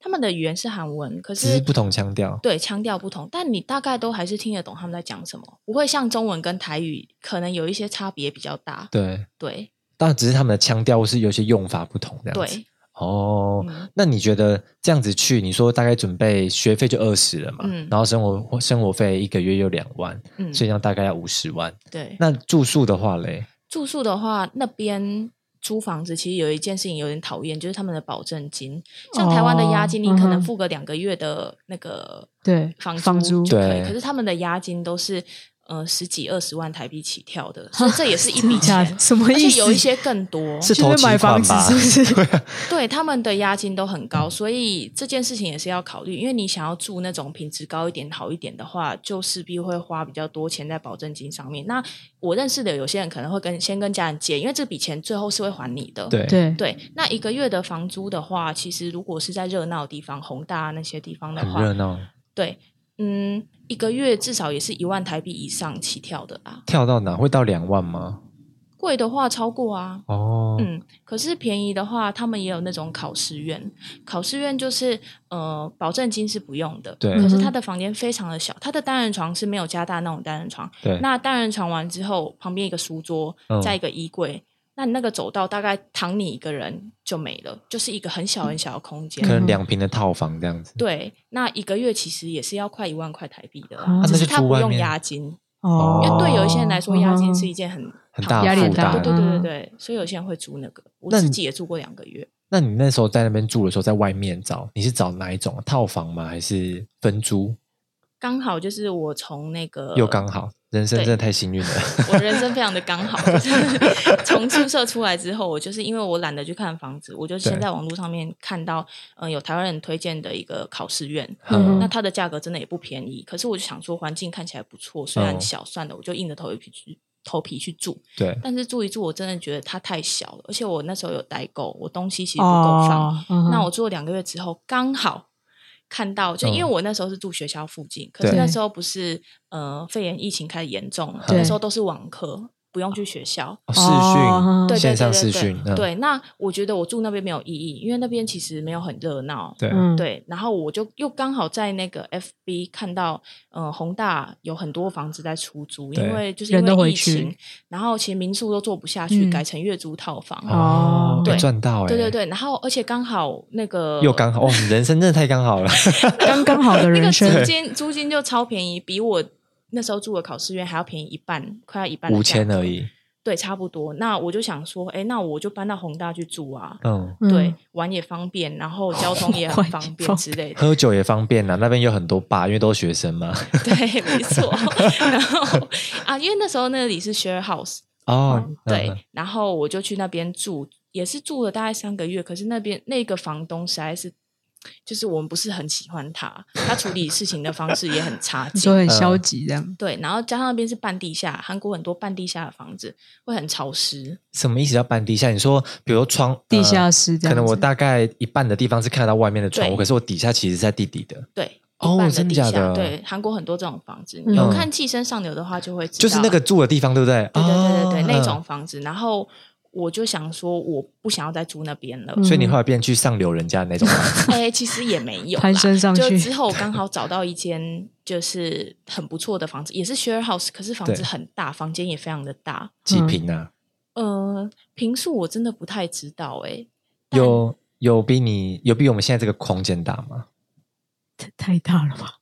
C: 他们的语言是韩文，可
B: 只是不同腔调。
C: 对，腔调不同，但你大概都还是听得懂他们在讲什么，不会像中文跟台语可能有一些差别比较大。
B: 对，
C: 对
B: 当然只是他们的腔调或是有些用法不同这样子。
C: 对，
B: 哦，
C: 嗯
B: 那你觉得这样子去，你说大概准备学费就二十了嘛，
C: 嗯
B: 然后生活生活费一个月又两万，
C: 嗯，
B: 所以这样大概要五十万。
C: 对。
B: 那住宿的话嘞，
C: 住宿的话，那边租房子其实有一件事情有点讨厌，就是他们的保证金。像台湾的押金，
A: 哦
C: 你可
A: 嗯
C: 能
A: 哼
C: 付个两个月的那个
A: 对
C: 房
A: 房租
C: 就可以，
B: 对
C: 可是他们的押金都是呃十几二十万台币起跳的，所以这也是 一笔钱。
A: 什么
C: 而
A: 意
C: 且
A: 思？
C: 有一些更多，
B: 是
A: 去
B: 投
A: 那
B: 期
A: 买房
B: 款
A: 子
B: 吧？
A: 是不是？
C: 对他们的押金都很高，所以这件事情也是要考虑，因为你想要住那种品质高一点、好一点的话，就势必会花比较多钱在保证金上面。那我认识的有些人可能会跟先跟家人借，因为这笔钱最后是会还你的。
B: 对
A: 对，
C: 哦对那一个月的房租的话，其实如果是在热闹的地方，宏大那些地方的
B: 很
C: 话
B: 热，闹，
C: 对，嗯，一个月至少也是一万台币以上起跳的啊。
B: 跳到哪会到两万吗？
C: 贵的话超过啊，
B: 哦，
C: 嗯，可是便宜的话，他们也有那种考试院，考试院就是呃，保证金是不用的，
B: 对
A: 嗯
C: 可是他的房间非常的小，他的单人床是没有加大那种单人床，
B: 对，
C: 那单人床完之后，旁边一个书桌
B: 嗯，
C: 再一个衣柜，那你那个走道大概躺你一个人就没了，就是一个很小很小的空间
B: 可。能两平的套房这样子。
C: 嗯对，那一个月其实也是要快一万块台币的
A: 啊
C: 啦，只
B: 那
C: 是
B: 就
C: 他
B: 住
C: 不
B: 外
C: 用
B: 面
C: 押金，
A: 哦
C: 因为对有一些人来说，押金是一
A: 哦
C: 件很
B: 很大
C: 讨
B: 的
C: 厌
A: 压力很
B: 负
A: 大
B: 担
C: 对对对对
A: 嗯
C: 对，所以有些人会租那个，我
B: 那
C: 自
B: 你
C: 己也住过两个月。
B: 那你那时候在那边住的时候，在外面找，你是找哪一种啊套房吗？还是分租？
C: 刚好就是我从那个
B: 又刚好，人生
C: 对
B: 真的太幸运了。
C: 我人生非常的刚好，就是 从宿舍出来之后，我就是因为我懒得去看房子，我就先
B: 对
C: 在网络上面看到，嗯、有台湾人推荐的一个考试院，
A: 嗯
C: 那它的价格真的也不便宜，可是我就想说环境看起来不错，虽
B: 嗯
C: 然小，算了，我就硬着头皮去头皮去住，
B: 对，
C: 但是住一住，我真的觉得它太小了，而且我那时候有代购，我东西其实不够放，
A: 哦，嗯哼
C: 那我住了两个月之后，刚好看到，就因为
B: 嗯
C: 我那时候是住学校附近，可是
B: 对
C: 那时候不是呃肺炎疫情开始严重了，
A: 对
C: 那时候都是网课，不用去学校。
B: 哦视
A: 哦
C: 对
B: 讯，线
C: 对对
B: 上视
C: 对对
B: 讯，嗯
C: 对，那我觉得我住那边没有意义，因为那边其实没有很热闹。
B: 对
A: 嗯
C: 对，然后我就又刚好在那个 FB 看到，呃，宏大有很多房子在出租，
B: 对
C: 因为就是
A: 人都
C: 因为
A: 回
C: 疫情
A: 去，
C: 然后其实民宿都做不下去，
A: 嗯
C: 改成月租套房。
B: 哦，
A: 对
B: 有赚到哎，
C: 对对，对，然后而且刚好那个
B: 又刚好，哦，你人生真的太刚好了。
A: 刚刚好的
C: 那个
A: 人
C: 租
A: 生，
C: 金 租金就超便宜，比我那时候住的考试院还要便宜一半，快要一半，
B: 五千而。已。
C: 对，差不多。那我就想说，哎，那我就搬到宏大去住啊，
B: 嗯，
A: 嗯
C: 对，玩也方便，然后交通也很
A: 玩也
C: 方便
A: 方
C: 之 类的。
B: 喝酒也方便啦，啊那边有很多吧，因为都是学生嘛。
C: 对，没错。然后啊，因为那时候那里是 share house，
B: 哦，
C: 对，
B: 嗯
C: 然后我就去那边住，也是住了大概三个月。可是那边那个房东实在是，就是我们不是很喜欢他，他处理事情的方式也很差
A: 你
C: 劲
A: 说。很消极这样，
C: 对，然后加上那边是半地下，韩国很多半地下的房子会很潮湿。
B: 什么意思叫半地下？你说，比如窗呃
A: 地下室这样
B: 可
A: 子，
B: 能我大概一半的地方是看得到外面的窗户，
C: 对
B: 可是我底下其实是在地底的，
C: 对，
B: 哦
C: 一半的地下，
B: 真的假的
C: 对，韩国很多这种房子，
A: 嗯
C: 你有看《寄生上流》的话就会知道，
B: 就是那个，住的地方，对不对？
C: 对对对对对，
B: 哦
C: 那种。房子。然后我就想说，我不想要再住那边了。
A: 嗯
B: 所以你后来变去上流人家的那种吗，
C: 哎、其实也没 有啦
A: 攀升上
C: 就
A: 去
C: 之后刚好找到一间就是很不错的房子，也是 share house，可是房子
B: 对
C: 很大，房间也非常的大。
B: 几平啊？
C: 呃，平数我真的不太知道、哎，但
B: 有有比你有比我们现在这个空间大吗？
A: 太太大了吧？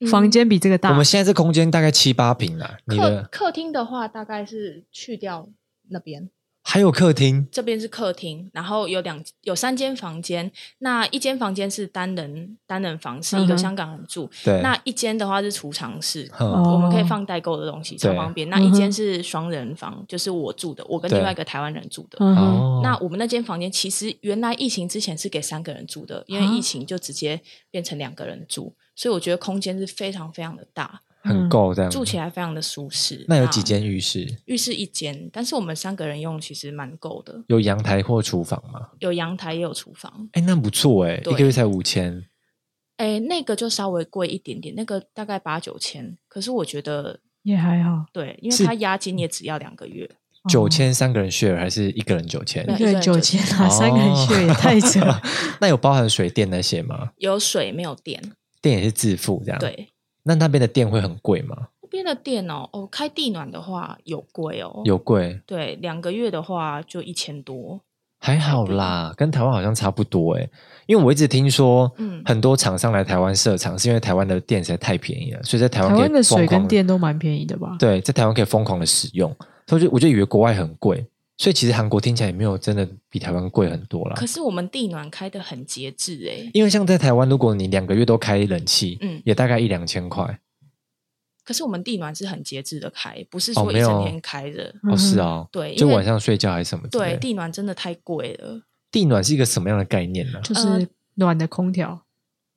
C: 嗯
A: 房间比这个大，
B: 我们现在这空间大概七八平啦，你
C: 客
B: 的
C: 客厅的话，大概是去掉那边，
B: 还有客厅，
C: 这边是客厅，然后有两有三间房间，那一间房间是单人单人房，是一
A: 嗯哼
C: 个香港人住，
B: 对，
C: 那一间的话是储藏室。
B: 嗯
A: 哦
C: 我们可以放代购的东西，超
B: 对
C: 方便。
A: 嗯
C: 那
A: 哼
C: 一间是双人房，就是我住的，我跟
B: 对
C: 另外一个台湾人住的。
A: 嗯哼
B: 哦，
C: 那我们那间房间其实原来疫情之前是给三个人住的，因为
A: 啊
C: 疫情就直接变成两个人住，所以我觉得空间是非常非常的大，
A: 嗯
B: 很够这样。
C: 住起
B: 来，
C: 来非常的舒适。
B: 嗯那有几间浴室？
C: 浴室一间，但是我们三个人用其实蛮够的，
B: 有阳台或厨房吗？
C: 有阳台也有厨房。
B: 哎，那不错哎，
C: 对
B: 一个月才五千，
C: 哎，那个就稍微贵一点点，那个大概八九千。可是我觉得
A: 也还好，哦
C: 对，因为
B: 是
C: 它押金也只要两个月，
B: 九千三个人 share 还是一个人九千
A: 一
C: 对？
A: 个人九千啊，
B: 哦
A: 三个人去也太 扯了，。
B: 那有包含水电那些吗？
C: 有水没有电。
B: 电也是自付这样。。
C: 对，
B: 那那边的电会很贵吗？
C: 那边的电哦，哦，开地暖的话有贵哦，
B: 有贵，
C: 对，两个月的话就一千多。
B: 还好啦，跟台湾好像差不多哎、因为我一直听说，
C: 嗯
B: 很多厂商来台湾设厂，是因为台湾的电实在太便宜了，所以在台湾
A: 台
B: 可以
A: 湾的水
B: 疯狂
A: 跟电都蛮便宜的吧？
B: 对，在台湾可以疯狂的使用，所以我就我就以为国外很贵，所以其实韩国听起来也没有真的比台湾贵很多啦
C: 可。是我们地暖开的很节制哎，
B: 因为像在台湾，如果你两个月都开冷气，
C: 嗯
B: 也大概一两千块
C: 可是我们地暖是很节制的开，不是
B: 哦
C: 说
B: 没
C: 一
B: 有
C: 整天开的。
A: 嗯
B: 哦，
A: 哼
B: 是啊，
C: 对，
B: 就
C: 因为
B: 晚上睡觉还是什么之类
C: 对
B: 的？
C: 地暖真的太贵了，
B: 地暖是一个什么样的概念呢、
C: 呃
A: 就是暖的空调，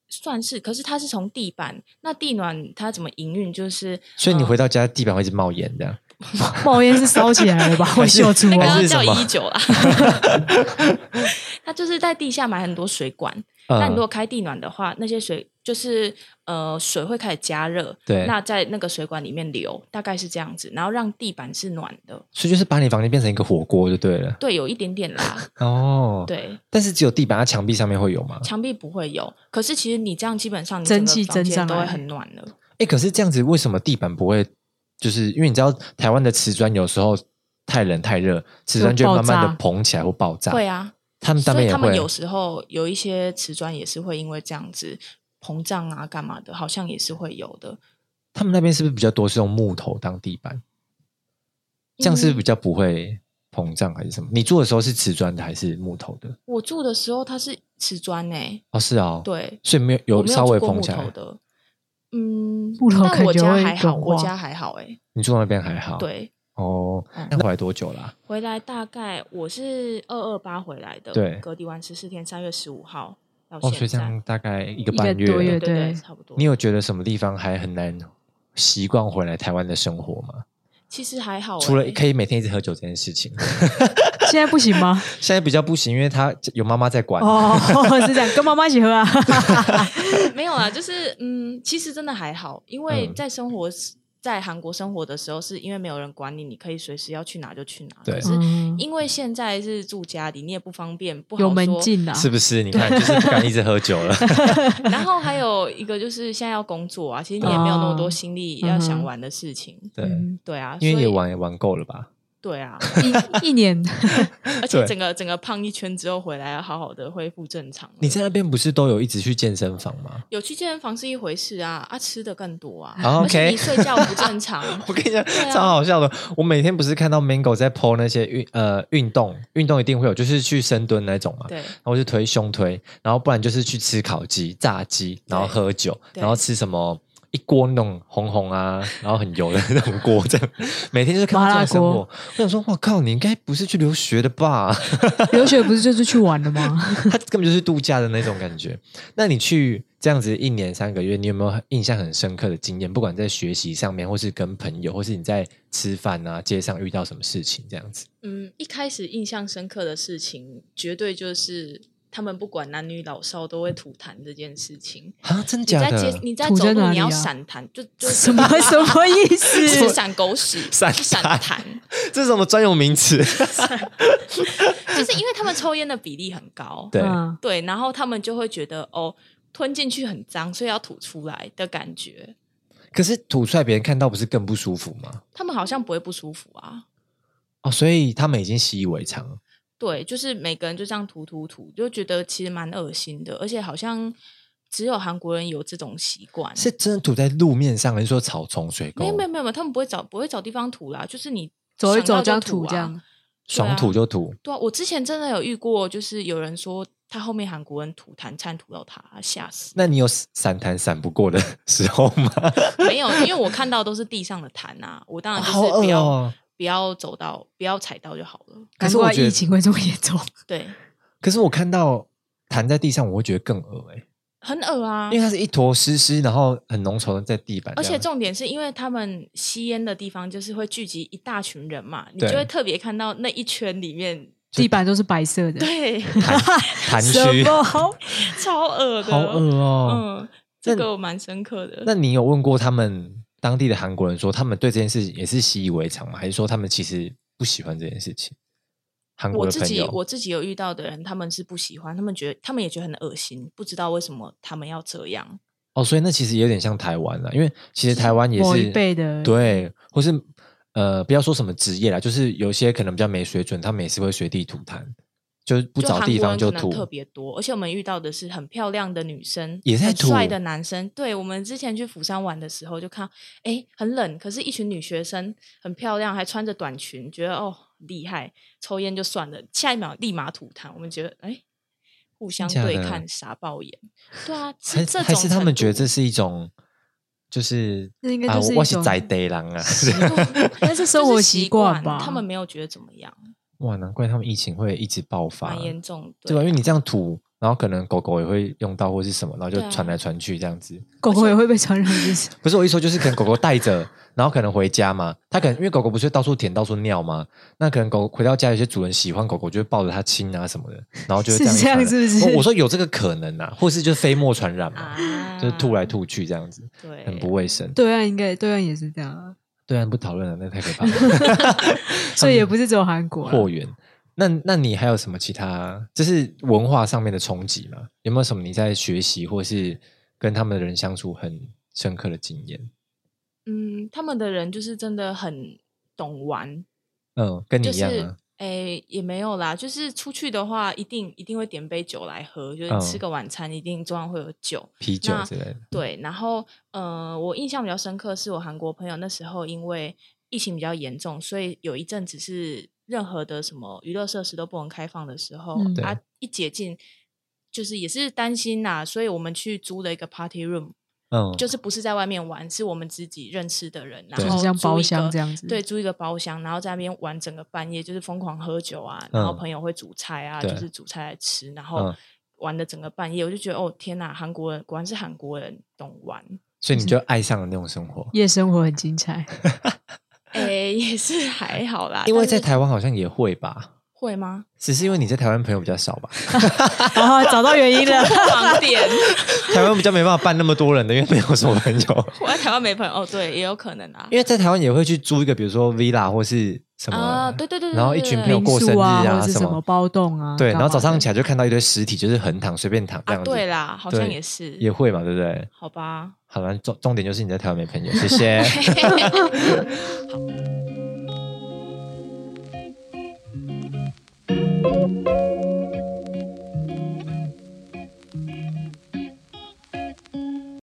C: 算是。可是它是从地板，那地暖它怎么营运？ 就是
B: 所以你
C: 呃
B: 回到家，地板会一直冒烟这样。
A: 冒烟是烧起来了吧？会
B: 是
A: 秀出
C: 那个
B: 还
A: 哦，
C: 要
B: 是什
C: 叫
B: 么
C: 一九啦。他就是在地下买很多水管，
B: 嗯
C: 那你如果开地暖的话，那些水就是呃水会开始加热，
B: 对
C: 那在那个水管里面流，大概是这样子，然后让地板是暖的，
B: 所以就是把你房间变成一个火锅就对了。
C: 对，有一点点 啦，
B: 哦，，
C: 对，
B: 但是只有地板，它墙壁上面会有吗？
C: 墙壁不会有，可是其实你这样基本上你
A: 蒸
C: 整个
A: 汽
C: 房
A: 蒸
C: 间
A: 上
C: 都会
A: 来
C: 很暖了，
B: 哎，可是这样子为什么地板不会？就是因为你知道台湾的瓷砖有时候太冷太热，瓷砖就会慢慢
A: 就爆
B: 的
A: 炸
B: 膨起来或爆炸。
C: 会，啊，
B: 嗯他们那
C: 所
B: 边
C: 以
B: 也
C: 他们
B: 会
C: 有。时候有一些瓷砖也是会因为这样子膨胀啊，干嘛的，好像也是会有的。
B: 他们那边是不是比较多是用木头当地板？这样是不
C: 嗯
B: 是比较不会膨胀还是什么？你做的时候是瓷砖的还是木头的？
C: 我住的时候它是瓷砖诶、
B: 哦，是啊、哦，，
C: 对，
B: 所以没有
C: 我
B: 有
C: 没有
B: 稍微
C: 住过
B: 膨
C: 木
B: 起
C: 头
B: 来。
C: 的。嗯，
A: 木头
C: 但
A: 感
C: 我
A: 觉
C: 家
A: 会
C: 还好，
A: 融
C: 我
A: 化
C: 家还好诶、
B: 你住那边还好？，
C: 对，
B: 哦，
C: 嗯
B: 那回来多久啦、
C: 回来大概我是二二八回来的，
B: 对
C: 隔离完十四天，三月十五号到
B: 哦，
C: 现
B: 所以这
C: 在，
B: 样大概
A: 一
B: 一个
A: 个
B: 半
A: 多
C: 对
A: 月
B: 月。
C: 对
A: 对
C: 差不多。
B: 你有觉得什么地方还很难习惯回来台湾的生活吗？
C: 其实还
A: 哦
C: 好、欸，
A: 哎
B: 除了可以每天一直喝酒这件事情，
A: 现在不行吗？
B: 现在比较不行，因为他有妈妈在管。
A: 哦，是这样，跟妈妈一起喝 啊。
C: 没有啦，就是嗯，其实真的还好，因为
B: 嗯
C: 在生活、在韩国生活的时候，是因为没有人管你，你可以随时要去哪就去哪。
B: 对
C: 可是因为现在是住家里，你也不方便，不
A: 嗯
C: 好
A: 有门
C: 说。
A: 禁啊，
B: 是不是？你看，就是不敢一直喝酒 了。
C: 然后还有一个就是现在要工作啊，其实你也没有那么多心力
A: 哦
C: 要
A: 嗯
C: 想
A: 哼
C: 玩的事情。
B: 对，
A: 嗯
C: 对啊，
B: 因为也
C: 所以
B: 玩也玩够了吧？
C: 对 啊，
A: 一一 年
C: 而且
B: 对
C: 整个整个胖一圈之后回来，要好好的恢复正常。
B: 你在那边不是都有一直去健身房
A: 啊
B: 吗？
C: 有去健身房是一回事啊，啊吃的更多啊，
B: 啊
C: 而且
B: OK
C: 你睡觉不正常，
B: 我跟你讲，
C: 啊
B: 超好笑的。我每天不是看到 Mango 在 PO 那些运呃运动，运动一定会有，就是去深蹲那种嘛。
C: 对。
B: 然后就推胸推，然后不然就是去吃烤鸡、炸鸡，然后喝酒，
C: 对
B: 然后吃什么一锅那种红红啊，然后很油的那种锅，这样每天就是看到这种生
A: 麻辣
B: 活。我想说，我靠，你应该不是去留学的吧？
A: 留学不是就是去玩的吗？
B: 他根本就是度假的那种感觉。那你去这样子一年三个月，你有没有印象很深刻的经验？不管在学习上面，或是跟朋友，或是你在吃饭啊、街上遇到什么事情这样子？
C: 嗯，一开始印象深刻的事情，绝对就是他们不管男女老少都会吐痰这件事情。
B: 啊，真
C: 你
B: 假
C: 在
B: 的？
C: 街，你在
A: 吐
C: 走
A: 在
C: 路，
A: 哪
C: 你
A: 里
C: 要
A: 啊
C: 闪痰，就 就
A: 什 么什么意
C: 就
A: 思
C: 是？闪狗屎，
B: 闪
C: 就闪
B: 痰
C: 痰，
B: 这是什么专有名词？
C: 就是因为他们抽烟的比例很高，
B: 对，
A: 嗯
C: 对然后他们就会觉得哦，吞进去很脏，所以要吐出来的感觉。
B: 可是吐出来别人看到不是更不舒服吗？
C: 他们好像不会不舒服啊，
B: 哦，所以他们已经习以为常。
C: 嗯对，就是每个人就这样吐吐吐，就觉得其实蛮恶心的，而且好像只有韩国人有这种习惯，
B: 是真的吐在路面上，还是说草丛水沟？
C: 没有没有啊没有，他们不会找不会找地方吐啦，就是你
A: 走一走
C: 想
A: 这
C: 到
A: 样
C: 就吐
A: 吐
C: 啊
A: 这。样，
B: 爽吐就吐。
C: 对啊，我之前真的有遇过，就是有人说他后面韩国人吐痰찬吐到他，吓 死。
B: 那你有散弹闪不过的 时候吗？
C: 没有，因为我看到都是地上的痰啊，我当然就是
B: 好恶
C: 不要、
B: 哦
C: 不要走到不要踩到就好了。
B: 可
A: 难
B: 是我
A: 怪
B: 觉得
A: 疫情会这么严重。
C: 对，
B: 可是我看到弹在地上，我会觉得更恶哎、
C: 很恶啊
B: 因为。它是一坨湿湿，然后很浓稠的在地板
C: 而
B: 这样，
C: 且重点是因为他们吸烟的地方就是会聚集一大群人嘛，你
B: 对
C: 就会特别看到那一圈里面，
A: 地板都是白色的，
C: 对，
B: 痰
A: 什
B: 虚，
A: 么？
C: 超恶的，
B: 好恶哦、
C: 嗯，这
B: 那
C: 个我蛮深刻的。
B: 那你有问过他们当地的韩国人说，他们对这件事也是习以为常吗？还是说他们其实不喜欢这件事情？韩国
C: 我
B: 的
C: 自
B: 朋
C: 己
B: 友，
C: 我自己有遇到的人，他们是不喜欢，他们觉得他们也觉得很恶心，不知道为什么他们要这样。
B: 哦，所以那其实有点像台湾了，因为其实台湾也
A: 某
B: 是
A: 一辈的
B: 对，或是呃，不要说什么职业啦，就是有些可能比较没水准，他们也是会随地吐痰，就是不
C: 就
B: 找
C: 韩
B: 地
C: 国
B: 方
C: 人
B: 就
C: 可能
B: 吐。
C: 特别多，而且我们遇到的是很漂亮的女生，
B: 也在
C: 很
B: 吐
C: 帅的男生。对我们之前去釜山玩的时候，就看到，哎，很冷，可是一群女学生很漂亮，还穿着短裙，觉得哦厉害，抽烟就算了，下一秒立马吐痰，我们觉得哎。互相
B: 假
C: 对
B: 的
C: 看，傻爆眼。对啊，
B: 还
C: 是这种
B: 还是他们觉得
C: 程度
B: 这是一种，就是
A: 那应该
B: 啊
A: 就是
B: 我
A: 一
B: 我是
A: 种
B: 宅呆狼啊！
A: 那是生活习惯吧
C: 他们没有觉得怎么样，
B: 哇，难怪他们疫情会一直爆发
C: 蛮，严重的。啊
B: 对吧？因为你这样吐，然后可能狗狗也会用到或是什么，然后就
C: 对啊
B: 传来传去这样子。
A: 狗狗也会被传染，是不是？
B: 不是我一说，就是可能狗狗带着， 然后可能回家嘛，它可能因为狗狗不是会到处舔、到处尿嘛，那可能狗回到家，有些主人喜欢狗狗，就会抱着它亲啊什么的，然后就会这样
A: 是这样
B: 一传染
A: 是不是
B: 我我说有这个可能啊，或是就飞沫传染嘛，
C: 啊
B: 就是吐来，吐去这样子，
C: 对，啊
B: 很不卫生。
A: 对啊岸应该对岸也是这样啊，
B: 对啊，不讨论了，那太可怕了。
A: 所以也不是只有韩国啊。
B: 货源，那那你还有什么其他？这是文化上面的冲击吗？有没有什么你在学习或是跟他们的人相处很深刻的经验？
C: 嗯，他们的人就是真的很懂玩，
B: 嗯，跟你
C: 就
B: 一样啊。
C: 是诶、也没有啦，就是出去的话，一定一定会点杯酒来喝，就是
B: 嗯
C: 吃个晚餐，一定桌上会有酒。
B: 啤酒
C: 那
B: 之类的，
C: 对，然后呃，我印象比较深刻是我韩国朋友那时候因为疫情比较严重，所以有一阵子是任何的什么娱乐设施都不能开放的时候，
A: 嗯
B: 对
C: 啊，一解禁就是也是担心呐、所以我们去租了一个 party room，
B: 嗯，
C: 就是不是在外面玩，是我们自己认识的人，然
B: 对
C: 后
A: 就是像
C: 租一
A: 包
C: 个
A: 厢这样子
C: 对，租一个包厢，然后在那边玩整个半夜，就是疯狂喝酒啊，然后
B: 嗯
C: 朋友会煮菜啊，
B: 对
C: 就是煮菜来吃，然后
B: 嗯
C: 玩的整个半夜，我就觉得哦天哪，韩国人果然是韩国人懂 玩，
B: 所以
C: 嗯
B: 你就爱上了那种生活。
A: 夜生活很精彩，
C: 诶，也是还好啦，
B: 因为
C: 但
B: 在
C: 是
B: 台湾好像也会吧，
C: 会吗？
B: 只是因为你在台湾朋友比较少吧，
A: 然后哦找到原因 了。
C: 盲点，
B: 台湾比较没办法办那么多人的，因为没有什么朋友。
C: 我在台湾没朋友，哦，对，也有可能啊
B: 因。为在台湾也会去租一个，比如说 villa 或是什么，
C: 啊，对对对对，
B: 然后一
C: 对
B: 群
C: 对
B: 朋友
C: 对
B: 过
A: 民
B: 生
A: 宿
B: 日
A: 啊，
B: 啊
A: 或者是
B: 什
A: 什
B: 么
A: 么包栋啊，
B: 对，然后早上起
A: 讲
B: 来就看到一堆实体，就是横躺随便躺这
C: 啊，
B: 样子，
C: 对啦，好
B: 对
C: 像也是，
B: 也会嘛，对不对？
C: 好吧，
B: 好了，重重点就是你在台湾没朋友，谢谢。